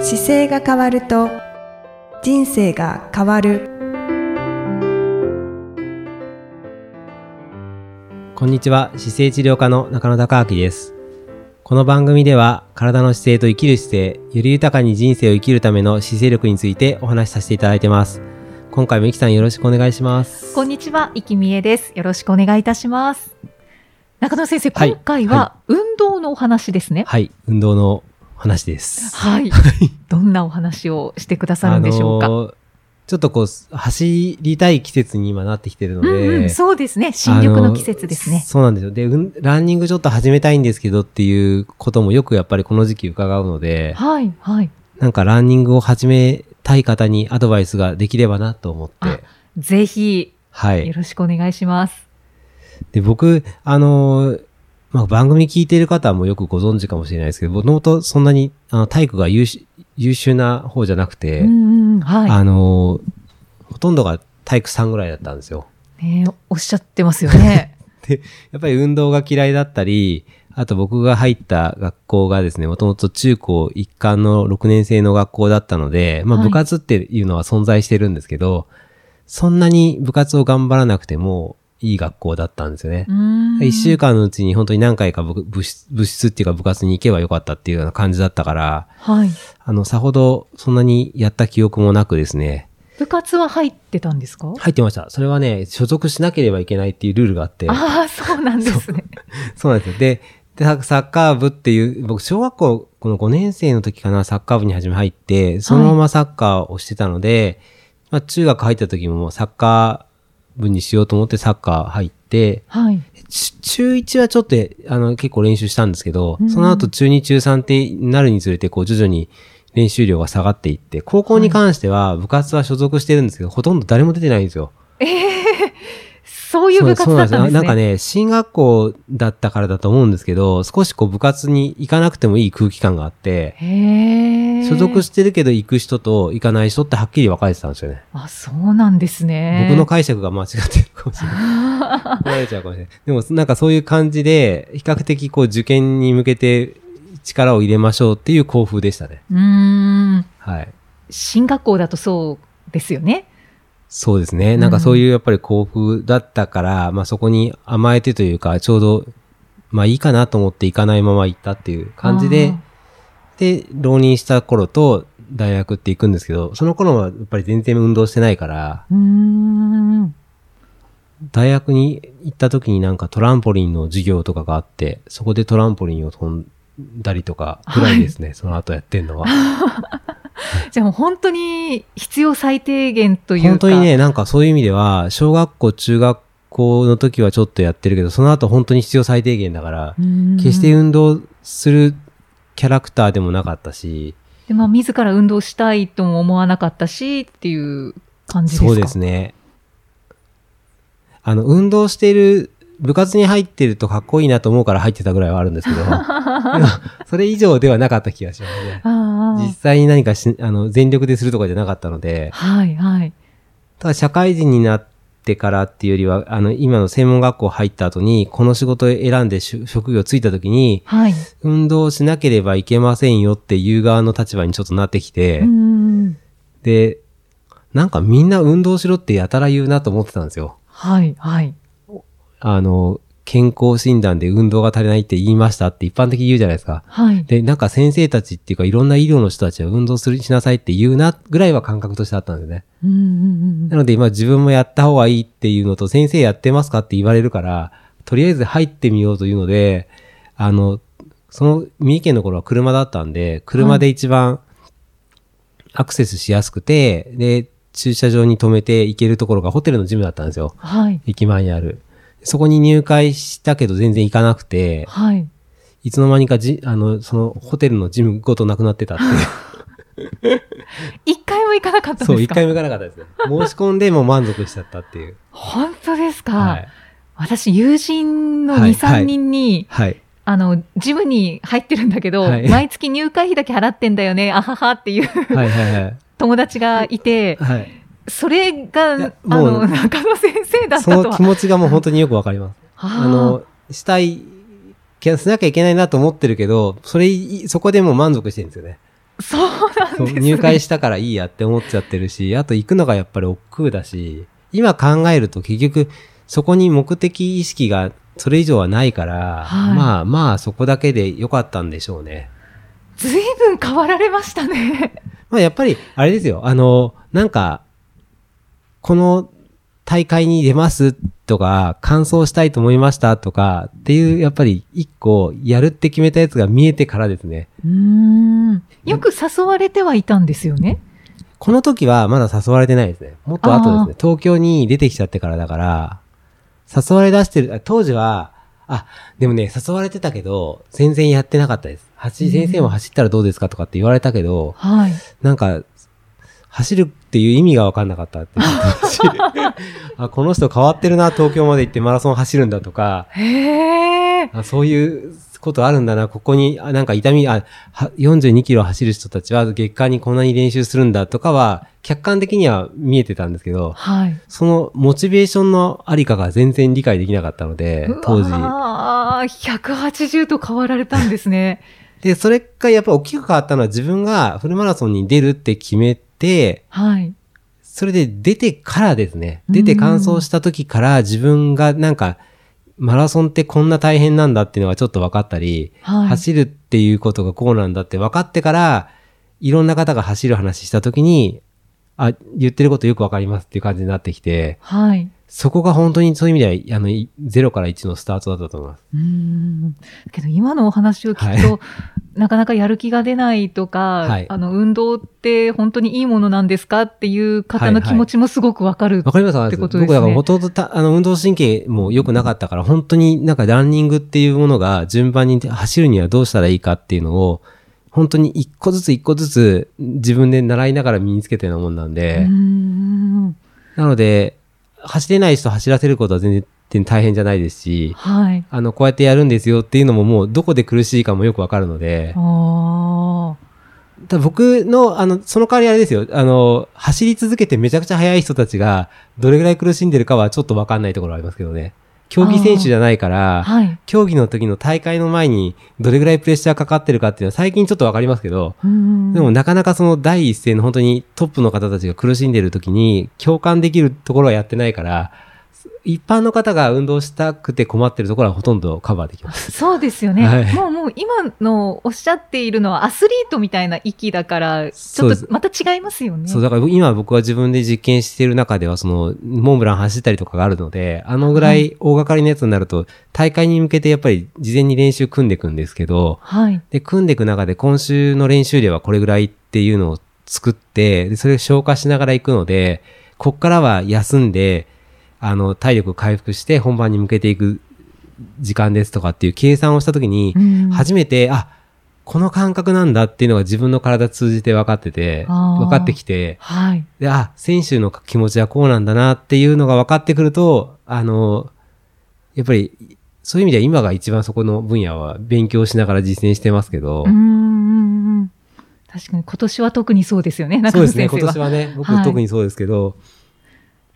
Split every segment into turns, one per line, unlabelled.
姿勢が変わると人生が変わる
こんにちは姿勢治療科の中野孝明ですこの番組では体の姿勢と生きる姿勢より豊かに人生を生きるための姿勢力についてお話しさせていただいてます今回もゆきさんよろしくお願いします
こんにちは、いきみえです。よろしくお願いいたします。中野先生、
はい
今回は運動のお話ですね。
はい運動の話です
はい。どんなお話をしてくださるんでしょうか。
のーちょっとこう走りたい季節に今なってきてるので、
うんうん、そうですね。新緑の季節です
あの
ね。
そうなんですよ。で、うんランニングちょっと始めたいんですけどっていうこともよくやっぱりこの時期伺うので、
はい、はい。
なんかランニングを始めたい方にアドバイスができればなと思っ
あ
て。
ぜひ、
は
よ
い。
ろしくお願いします。
で、僕、あのーまあ、番組聞いてる方もよくご存知かもしれないですけど、もともとそんなにあの体育が優秀優秀な方じゃなくて、
うんうん、は
あのーほとんどが体育3ぐらいだったんですよ。
い。ねおっしゃってます よね。
やっぱり運動が嫌いだったり、あと僕が入った学校がですね、もともと中高一貫の6年生の学校だったので、まあ
はい
部活っていうのは存在してるんですけど、そんなに部活を頑張らなくてもいい学校だったんですよね。
一
一週。間のうちに本当に何回か部部室部室っていうか部活に行けばよかったっていうような感じだったから、
はい。
あの、さほどそんなにやった記憶もなくですね、
部活は入ってたんですか
入ってました。それはね、所属しなければいけないっていうルールがあって、
ああ、そうなんですね。
そうなんですよ。で、でササッカー部っていう、僕、小学校、この5年生の時かな、サッカー部に初め入って、そのままサッカーをしてたので、まあ、中学入った時ももうサッカー部にしようと思ってサッカー入って、
はい。
ち中1はちょっと、あの、結構練習したんですけど
う、ん
その後中2、中3ってなるにつれて、こう、徐々に練習量が下がっていって、高校に関しては部活は所属してるんですけど、ほとんど誰も出てないんですよ。
そういう部活だった
そう
んですね。
なんですよなんかね、進学校だったからだと思うんですけど、少しこう部活に行かなくてもいい空気感があって、
へえ。
所属してるけど行く人と行かない人ってはっきり分かれてたんですよね。
あ、そうなんですね。
僕の解釈が間違ってるかもしれない。怒られちゃうかもしれない。 でもなんかそういう感じで、比較的こう受験に向けて力を入れましょうっていう校風でしたね。
うーん。
はい。
進学校だとそうですよね。
そうですね。なんかそういうやっぱり校風だったから、まあそこに甘えてというか、ちょうど、まあいいかなと思って行かないまま行ったっていう感じで、で、浪人した頃と大学って行くんですけど、その頃はやっぱり全然運動してないから、
あー。うーん。
大学に行った時になんかトランポリンの授業とかがあって、そこでトランポリンを飛んだりとかぐらいですね、その後やってんの は。
じゃあもう本当に必要最低限というか。
本当に。ね、なんかそういう意味では、小学校、中学校の時はちょっとやってるけど、その後本当に必要最低限だから、決して。運動するキャラクターでもなかったし、
で、まあ自ら運動したいとも思わなかったしっていう感じですか。
そうですね。あの、運動している、部活に入ってるとかっこいいなと思うから入ってたぐらいはあるんです けど、で もそれ以上ではなかった気がしますね。
あ
実
あ。
際に何かし、あの、全力でするとかじゃなかったので、
はいはい。
ただ社会人になってからっていうよりは、あの、今の専門学校入った後に、この仕事を選んでしゅ職業ついた時に、
はい。
運動しなければいけませんよっていう側の立場にちょっとなってきて、
うーん。
で、なんかみんな運動しろってやたら言うなと思ってたんですよ。
はいはい。
あの、健康診断で運動が足りないって言いましたって一般的に言うじゃないですか。
はい。
で、なんか先生たちっていうかいろんな医療の人たちは運動するしなさいって言うなぐらいは感覚としてあったんですね。
うんうんうん
なので今自分もやった方がいいっていうのと先生やってますかって言われるから、とりあえず入ってみようというので、あの、その三重県の頃は車だったんで、車で一番アクセスしやすくて、で、駐車場に止めて行けるところがホテルのジムだったんですよ。
はい。
駅前にある。そこに入会したけど全然行かなくて、
はい。
いつの間にかじ、あの、そのホテルのジムごとなくなって たっていう。
一回も行かなかったんですか
そう、一回も行かなかったですね。申し込んでもう満足しちゃったっていう。
本当ですか、
はい。
私、友人の2、
はい
3人に、
はい。
あの、ジムに入ってるんだけど、
はい
毎月入会費だけ払ってんだよね、あははっ ていう
はいはいはい。
友達がいて、
はい。
それ
い
が
や、
あ
もう
の、中野先生だっ
そ
たと
の
は
気。持ちがもう本当によくわかります。
あ
あの、したい、けしなきゃいけないなと思ってるけど、それい、そこでもう満足してるんですよね。
ーそうなん
そ
で
う
すね。
入会したからいいやって思っちゃってるし、あと行くのがやっぱり億劫だし、今考えると結局そこに目的意識がそれ以上はないから、
はい
まあまあそこだけで良かったんでしょうね。
ずいぶん変わられましたね。
まあやっぱりあれですよ、あの、なんか、この大会に出ますとか、完走したいと思いましたとかっていう、やっぱり一個やるって決めたやつが見えてからですね。
うーん。よく誘われてはいたんですよね。
この時はまだ誘われてないですね。もっと後です
あ
ね。東京に出てきちゃってからだから、誘われ出してる、あ当時は、あ、でもね、誘われてたけど、全然やってなかったです。走り、
うん
先生も走ったらどうですかとかって言われたけど、
はい。
なんか、走るっていう意味がわかんなかったっていう感じ あ、この人変わってるな、東京まで行ってマラソン走るんだとか、
へえ。
あそういうことあるんだな、ここに、あなんか痛み、あ、は42キロ走る人たちは月間にこんなに練習するんだとかは、客観的には見えてたんですけど、
はい。
そのモチベーションのありかが全然理解できなかったので、当時。
ああ、180度変わられたんですね。
で、それがやっぱ大きく変わったのは自分がフルマラソンに出るって決めて、
はい。
それで出てからですね。
うん
出て完走した時から自分がなんか、マラソンってこんな大変なんだっていうのがちょっと分かったり、
はい。
走るっていうことがこうなんだって分かってから、いろんな方が走る話した時に、あ、言ってることよく分かりますっていう感じになってきて、
はい。
そこが本当にそういう意味では、あの、い0から1のスタートだったと思います。
うーんけど今のお話を聞くと、なかなかやる気が出ないとか、
はい
あの運動って本当にいいものなんですかっていう方
は
の
いはい
気持ちもすごくわかる。
わかります
ってことです
僕
ね
だから、ほとんどた、あの、運動神経も良くなかったから、本当になんかランニングっていうものが順番に走るにはどうしたらいいかっていうのを、本当に一個ずつ一個ずつ自分で習いながら身につけてるようなもんなん
う
で
ー、ん
なので、走れない人走らせることは全然大変じゃないですし、
はい。
あの、こうやってやるんですよっていうのももうどこで苦しいかもよくわかるので
あ、ー
ただ僕の、あの、その代わりあれですよ、あの、走り続けてめちゃくちゃ速い人たちが、どれぐらい苦しんでるかはちょっとわかんないところはありますけどね。競技選手じゃないから、
はい。
競技の時の大会の前にどれぐらいプレッシャーかかってるかっていうのは最近ちょっとわかりますけど、
うーん
でもなかなかその第一声の本当にトップの方たちが苦しんでる時に共感できるところはやってないから、一般の方が運動したくて困ってるところはほとんどカバーできます。
そうですよね、
はい
もうもう今のおっしゃっているのはアスリートみたいな域だから、ち
そう
ょ
で
っ
す
とまた違いますよね。
そう、だから今僕は自分で実験している中では、その、モンブラン走ったりとかがあるので、あのぐらい大掛かりなやつになると、大会に向けてやっぱり事前に練習組んでいくんですけど、
はい。
で、組んでいく中で今週の練習量はこれぐらいっていうのを作って、でそれを消化しながら行くので、こっからは休んで、あの、体力回復して本番に向けていく時間ですとかっていう計算をした時に
う、ん
初めて、あ、この感覚なんだっていうのが自分の体通じて分かってて、
あー
分かってきて、
はい。
で、あ、選手の気持ちはこうなんだなっていうのが分かってくると、あの、やっぱり、そういう意味では今が一番そこの分野は勉強しながら実践してますけど
うー、ん確かに今年は特にそうですよね、中
そうで
野
すね、
先生
今
は
年。はね、僕
はい
特にそうですけど、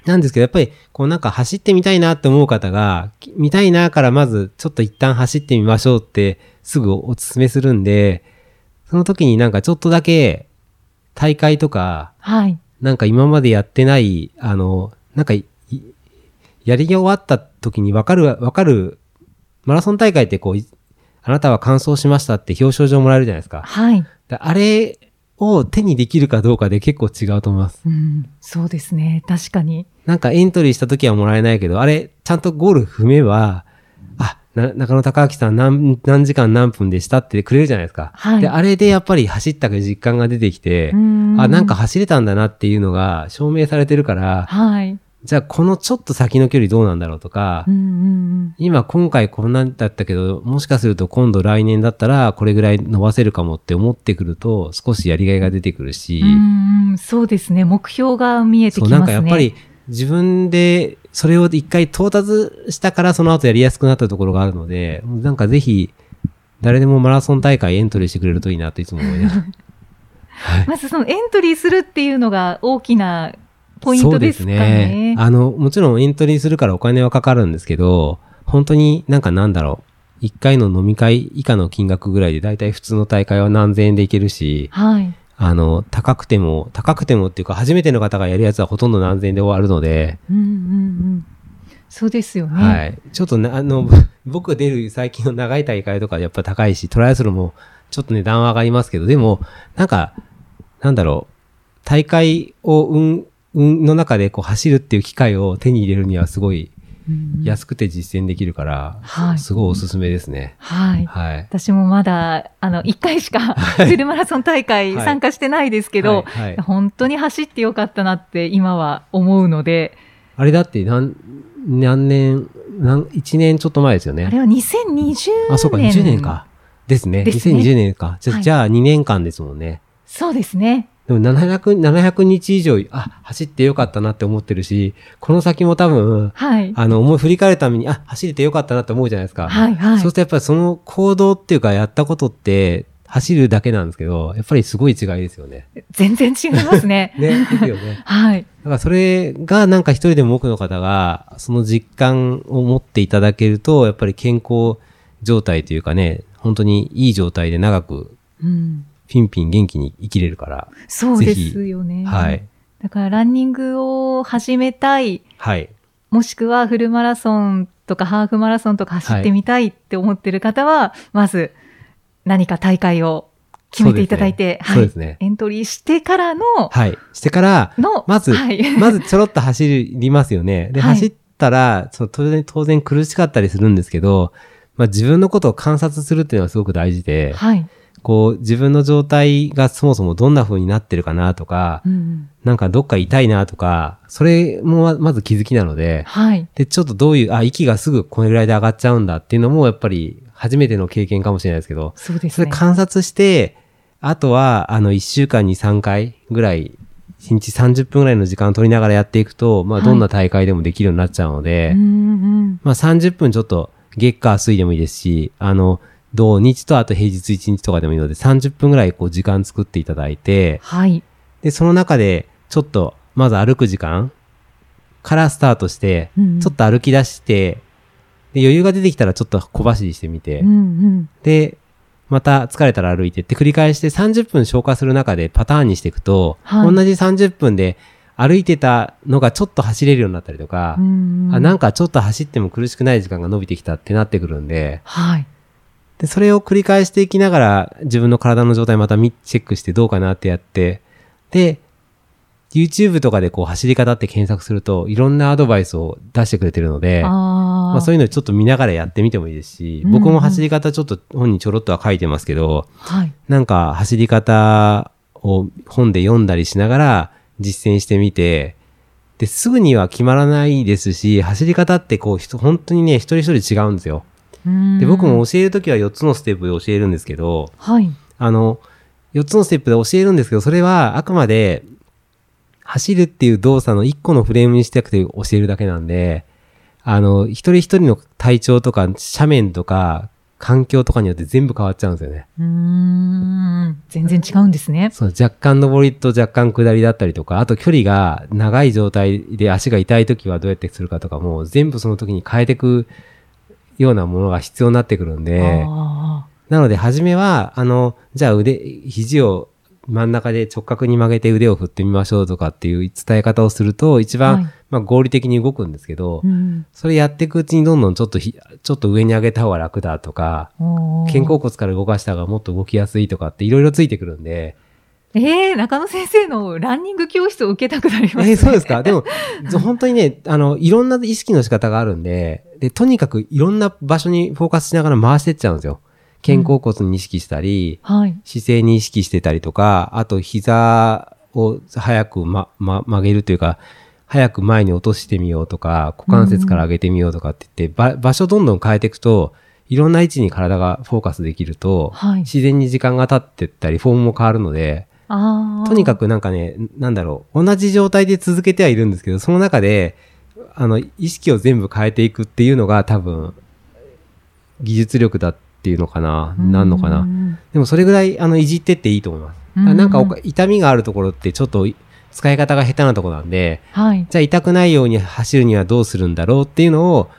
なんですけど、やっぱり、こうなんか走ってみたいなって思う方が、き見たいなからまずちょっと一旦走ってみましょうってすぐお勧めするんで、その時になんかちょっとだけ大会とか、
はい。
なんか今までやってない、あの、なんかい、いやり終わった時にわかる、わかる、マラソン大会ってこう、いあなたは完走しましたって表彰状もらえるじゃないですか。
はい。
であれを手にできるかどうかで結構違うと思います。
うん、そうですね。確かに。
なんかエントリーした時はもらえないけど、あれ、ちゃんとゴール踏めば、あ、な中野隆明さん何何時間何分でしたってくれるじゃないですか。
はい
で、あれでやっぱり走った実感が出てきて、あ、
あ
なんか。走れたんだなっていうのが証明されてるから、
はい。
じゃあこのちょっと先の距離どうなんだろうとか、
うんうんうん。
今今回こんなんだったけど、もしかすると今度来年だったらこれぐらい伸ばせるかもって思ってくると少しやりがいが出てくるし、
うんうんそうですね。目標が見えてき
そ
ま
う
すね。
なんかやっぱり自分でそれを一回到達したからその後やりやすくなったところがあるので、なんかぜひ誰でもマラソン大会エントリーしてくれるといいなっていつも思い ます。
まずそのエントリーするっていうのが大きなポイントですか
そうです
ね。
あの、もちろんエントリーするからお金はかかるんですけど、本当になんかなんだろう。 1回の飲み会以下の金額ぐらいで、だいたい普通の大会は何千円でいけるし、
はい。
あの、高くても、高くてもっていうか、初めての方がやるやつはほとんど何千円で終わるので、
うんうんうん。そうですよね。
はい。ちょっとね、あの、 僕が出る最近の長い大会とかやっぱ高いし、トライアスロンもちょっと値段は上がりますけど、でも、なんか、なんだろう、大会を運、運の中でこう走るっていう機会を手に入れるにはすごい
うんうん
安くて実践できるから、
はい
すごいおすすめですね。
はい。
はい。
私もまだ、あの、1回しか、フルマラソン大会
はい
参加してないですけど、
はいはい
本当に走ってよかったなって今は思うので、
あれだって何、何年、何、1年ちょっと前ですよ
あれ
ね。
は2020年。
あ、そうか、20年。か。ですね。
ですね
2020年か。じゃ,、
はい
じゃあ2年間ですもんね。
そうですね。
でも700、700日以上、あ、走ってよかったなって思ってるし、この先も多分、
はい。
あの、思い振り返るために、あ、走れてよかったなって思うじゃないですか。
はいは
そう
い
するとやっぱりその行動っていうか、やったことって、走るだけなんですけど、やっぱりすごい違いですよね。。
全然違いますね
ね、ですよ ね。
はい。
だからそれがなんか一人でも多くの方が、その実感を持っていただけると、やっぱり健康状態というかね、本当にいい状態で長く、
うん。
ピンピン元気に生きれるから。
そうですよね。
はい。
だからランニングを始めたい、
はい。
もしくはフルマラソンとかハーフマラソンとか走ってみたいって思ってる方は、まず何か大会を決めていただいて、
そうですね
はいエントリーしてからの、
はい。してから、
の、
まず、
はい、
まずちょろっと走りますよね。で、
はい
走ったら、その当然、当然苦しかったりするんですけど、まあ自分のことを観察するっていうのはすごく大事で、
はい。
こう自分の状態がそもそもどんな風になってるかなとか
う、ん
なんかどっか痛いなとか、それもままず気づきなので、
はい。
で、ちょっとどういう、あ、息がすぐこれぐらいで上がっちゃうんだっていうのもやっぱり初めての経験かもしれないですけど、
そうです
それ
ね。
観察して、あとは、あの、1週間に3回ぐらい、1日30分ぐらいの時間を取りながらやっていくと、まあ、
はい
どんな大会でもできるようになっちゃうので、
うんうん
まあ、30分ちょっと、月火水でもいいですし、あの、土日とあと平日1日とかでもいいので、30分ぐらいこう時間作っていただいて、
はい。
で、その中で、ちょっと、まず歩く時間からスタートして、
うん
ちょっと歩き出して、で、余裕が出てきたらちょっと小走りしてみて、
うんうん。
で、また疲れたら歩いてって繰り返して30分消化する中でパターンにしていくと、
はい
同じ30分で歩いてたのがちょっと走れるようになったりとか
う、んうん
あなんかちょっと走っても苦しくない時間が伸びてきたってなってくるんで
はい。
で、それを繰り返していきながら自分の体の状態また見チェックしてどうかなってやって、で、YouTube とかでこう走り方って検索するといろんなアドバイスを出してくれてるので、
あ
まあ、そう
いう。
いうのちょっと見ながらやってみてもいいですし、
うん
僕も走り方ちょっと本にちょろっとは書いてますけど、
はい。
なんか走り方を本で読んだりしながら実践してみて、で、すぐには決まらないですし、走り方ってこう、人本当にね、一人一人違うんですよ。
うん
で、僕も教えるときは4つのステップで教えるんですけど、
はい。
あの、4つのステップで教えるんですけど、それはあくまで、走るっていう動作の1個のフレームにしたくて教えるだけなんで、あの、一人一人の体調とか、斜面とか、環境とかによって全部変わっちゃうんですよね。
うーん。全然違うんですね。
そう、若干上りと若干下りだったりとか、あと距離が長い状態で足が痛い時はどうやってするかとかも、全部その時に変えていくようなものが必要になってくるんで、
あ
なので、初めは、あの、じゃあ腕、肘を真ん中で直角に曲げて腕を振ってみましょうとかっていう伝え方をすると、一番、
はい
まあ合理的に動くんですけど、
ーうん
それやっていくうちにどんどんちょっとひ、ちょっと上に上げた方が楽だとか、
おー
肩甲骨から動かした方がもっと動きやすいとかっていろいろついてくるんで、
えー、中野先生のランニング教室を受けたくなり
え
ます、ね。
ーそうですかでも、ぞ本当にね、あの、いろんな意識の仕方があるんで、で、とにかくいろんな場所にフォーカスしながら回してっちゃうんですよ。肩甲骨に意識したり、
はい。
姿勢に意識してたりとか、あと膝を早く、まま、曲げるというか、早く前に落としてみようとか、股関節から上げてみようとかって言って、ば場所どんどん変えていくと、いろんな位置に体がフォーカスできると、
はい
自然に時間が経ってったり、フォームも変わるので、
ああ。
とにか
く。
くなんかね、なんだろう、同じ状態で続けてはいるんですけど、その中で、あの、意識を全部変えていくっていうのが多分、技術力だっていうのかな、なんのかな。でもそれぐらいあのいじってっていいと思います。だからなんかおか痛みがあるところってちょっとい使い方が下手なところなんで、
はい。
じゃあ痛くないように走るにはどうするんだろうっていうのを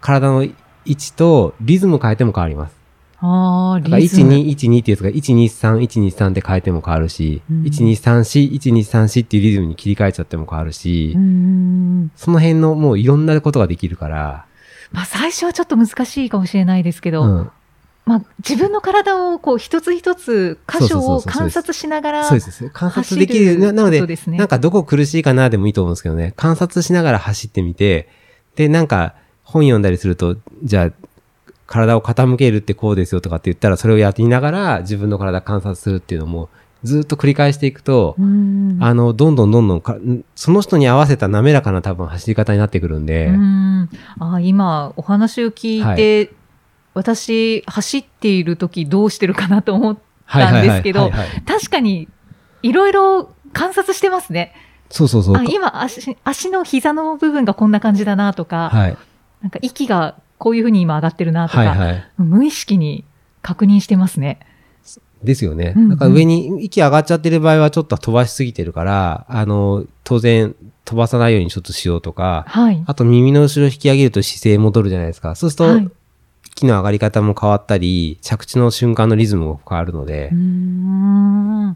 体の位置とリズム変えても変わります。
ああ、
だから
リズム。
1212っていうやつが1231、123で変えても変わるし、
うん
1234、1234っていうリズムに切り替えちゃっても変わるし、
うんうんうん
その辺のもういろんなことができるから、
まあ、最初はちょっと難しいかもしれないですけど、
うん、
まあ、自分の体をこう一つ一つ箇所を
そうそうそうそう
観察しながら
そうですね。観察できる。ななの
走ること
で、
ですね
なんかどこ苦しいかなでもいいと思うんですけどね。観察しながら走ってみて、で、なんか本読んだりすると、じゃあ、体を傾けるってこうですよとかって言ったら、それをやっていながら自分の体観察するっていうのも、ずっと繰り返していくと、
うん
あの、どんどんどんどんか、んその人に合わせた滑らかな多分走り方になってくるんで、
うんあー今お話を聞いて、私走っている時どうしてるかなと思って
はいはいはい
なんですけど
はいはい
確かにいろいろ観察してますね
そうそうそう。
あ今足足の膝の部分がこんな感じだなとか、
はい。
なんか息がこういうふうに今上がってるなとか、
はいはい。
無意識に確認してますね。
ですよね。
うんうん
だから上に息上がっちゃってる場合はちょっと飛ばしすぎてるから、あの、当然飛ばさないようにちょっとしようとか、
はい。
あと耳の後ろ引き上げると姿勢戻るじゃないですか。そうす
は
る
い
と、息の上がり方も変わったり、着地の瞬間のリズムも変わるので
うー、ん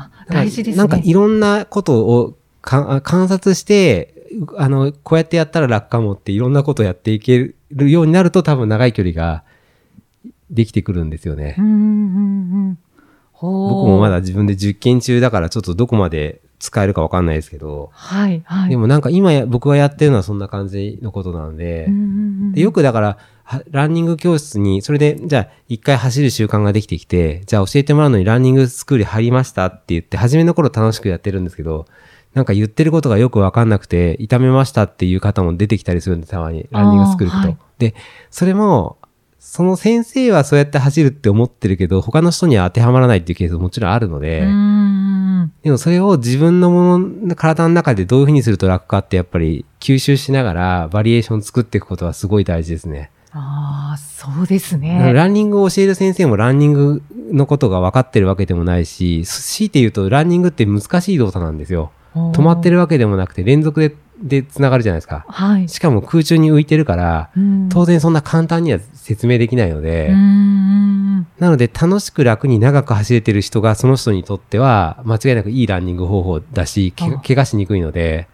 あ大事ですね。
なんかいろんなことをかあ観察して、うあの、こうやってやったら楽かもっていろんなことをやっていけるようになると多分長い距離ができてくるんですよね。
うんうんうん。
僕
僕
もま。だ自分で実験中だからちょっとどこまで使えるかわかんないですけど、
はいはい。
でもなんか今や僕がやってるのはそんな感じのことなんで、
うんうんうん
でよくだからはランニング教室にそれでじゃあ一回走る習慣ができてきてじゃあ教えてもらうのにランニングスクール入りましたって言って初めの頃楽しくやってるんですけどなんか言ってることがよくわかんなくて痛めましたっていう方も出てきたりするんでたまにランニングスクール行くと。
あーはい
でそれもその先生はそうやって走るって思ってるけど他の人には当てはまらないっていうケースももちろんあるので。
うんうんうん
でもそれを自分のもの、体の中でどういうふうにすると楽かってやっぱり吸収しながらバリエーション作っていくことはすごい大事ですね。
ああ、そうです
だから
ね。
ランニングを教える先生もランニングのことが分かってるわけでもないし、強いて言うとランニングって難しい動作なんですよ。止
止
まって
る。
るわけでもなくて連続で、で繋がるじゃないですか。
はい。
しかも空中に浮いてるから、
うん
当然そんな簡単には説明できないので、
うんうんうん
なので楽しく楽に長く走れてる人がその人にとっては間違いなくいいランニング方法だし、け
あ
怪我しにくいので、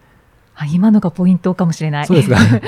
あ今のがポイントかもしれない。
そうですか
はい。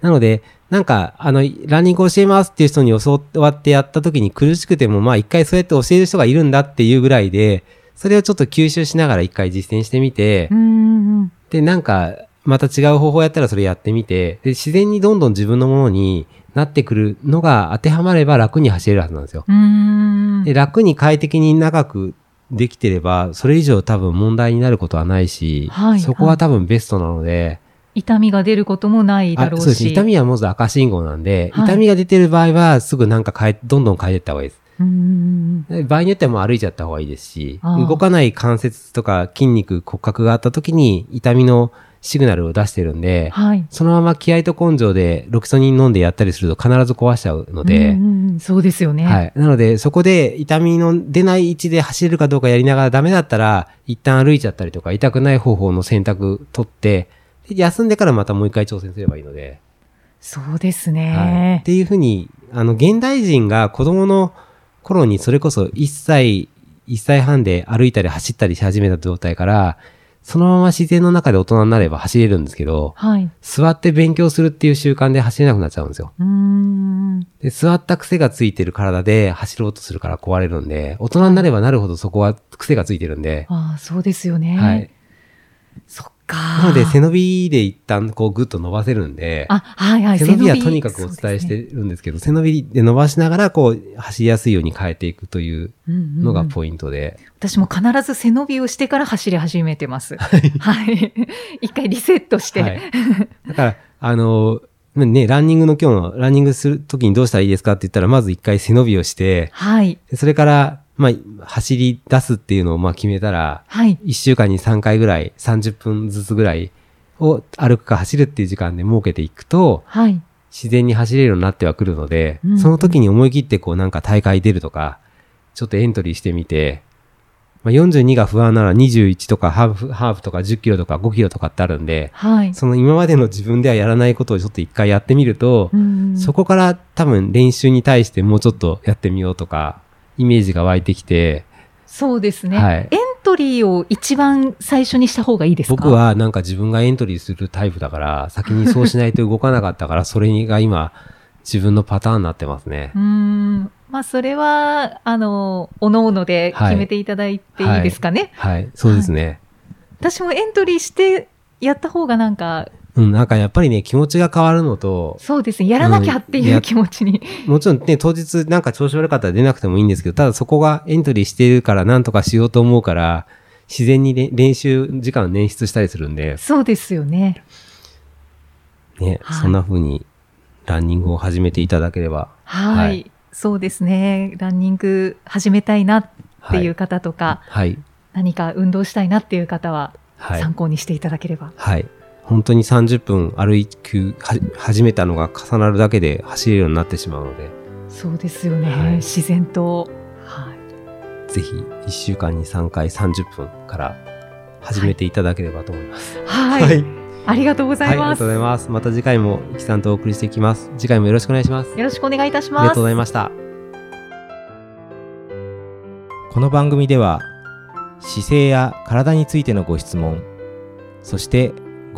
なので、なんか、あの、ランニング教えますっていう人に教わってやった時に苦しくても、まあ一回そうやって教える人がいるんだっていうぐらいで、それをちょっと吸収しながら一回実践してみて
う、んうん
で、なんか、また違う方法やったらそれやってみて、で、自然にどんどん自分のものになってくるのが当てはまれば楽に走れるはずなんですよ。
うん。う
で、
ん。
楽に快適に長くできてれば、それ以上多分問題になることはないし、
はい
そこは多分ベストなので、
痛みが出ることもないだ
あ
ろ
そううです
し。
ね痛みはまず赤信号なんで、
はい
痛みが出てる場合はすぐなんか変え、どんどん変えていった方がいいです。
うんうんうん。
で場合によってはもう歩いちゃった方がいいですし、
あー
動かない関節とか筋肉、骨格があった時に痛みのシグナルを出してるんで、
はい。
そのまま気合と根性でロキソニン飲んでやったりすると必ず壊しちゃうので、
うんうんうんそうですよね。
はい。なので、そこで痛みの出ない位置で走れるかどうかやりながらダメだったら、一旦歩いちゃったりとか、痛くない方法の選択取って、で休んでからまたもう一回挑戦すればいいので。
そうです
はい、っ
ね。
ていうふうにあの現代人が子供の頃にそれこそ1歳1歳半で歩いたり走ったりし始めた状態からそのまま自然の中で大人になれば走れるんですけど
はい。
座って勉強するっていう習慣で走れなくなっちゃうんですよ
うーん。
で座った癖がついてる体で走ろうとするから壊れるんで大人になればなるほどそこは癖がついてるんで、
ああ、そうですよね。
はい、
そっか。
なので背伸びで一旦こうグッと伸ばせるんで
あ、はいはい。
背伸びはとにかくお伝えしてるんですけど、背伸びで伸ばしながら、こう、走りやすいように変えていくというの
の
がポイントで。
私も必ず背伸びをしてから走り始めてます。はい。一回リセットして。
はい。 だから、あの、ね、ランニングの今日の、ランニングするときにどうしたらいいですかって言ったら、まず一回背伸びをして、
はい。
でそれから、まあ、走り出すっていうのをまあ決めたら、
はい。
1週間に3回ぐらい、30分ずつぐらいを歩くか走るっていう時間で設けていくと、
はい。
自然に走れるようになってはくるので、
うん
その時に思い切ってこうなんか大会出るとか、ちょっとエントリーしてみて、まあ、42が不安なら21とかハーフ、ハーフとか10キロとか5キロとかってあるんで、
はい。
その今までの自分ではやらないことをちょっと一回やってみると、
うん
そこから多分練習に対してもうちょっとやってみようとか、イメージが湧いてきて、
そうですね、
はい
エントリーを一番最初にした方がいいですか
僕はなんか自分がエントリーするタイプだから、先にそうしないと動かなかったから、それが今、自分のパターンになってますね
う。ーん。まあ、それは、あの、おのおので決めていただいていいですかね。
はい、そうですね。
私もエントリーしてやった方がなんか、
うん、なんかやっぱりね、気持ちが変わるのと、
そうですね、やらなきゃって
うんい
い
や
う気持ちに。
もちろんね、当日なんか調子悪かったら出なくてもいいんですけど、ただそこがエントリーしてるからなんとかしようと思うから、自然にれ練習時間を捻出したりするんで、
そうですよね。
ね、
はい
そんな風にランニングを始めていただければ。
はい。
はい
そうですね。ランニング始めたいなっていう方とか、
はい。
何か運動したいなっていう方は、
はい。
参考にしていただければ。
はい。本当に30分歩く、は始めたのが重なるだけで走れるようになってしまうので、
そうですよね。
はい
自然と。はい。
ぜひ1週間に3回30分から始めていただければと思います。
はい。
はい。
ありがとうござ
はいいあり
ま
が
す。
とうございます。また次回もいきさんとお送りしていきます。次回もよろしくお願いします。
よろしくお願いいたし
あり
ま
がと
す
うご。ざいました。
この番組では姿勢や体についてのご質問そして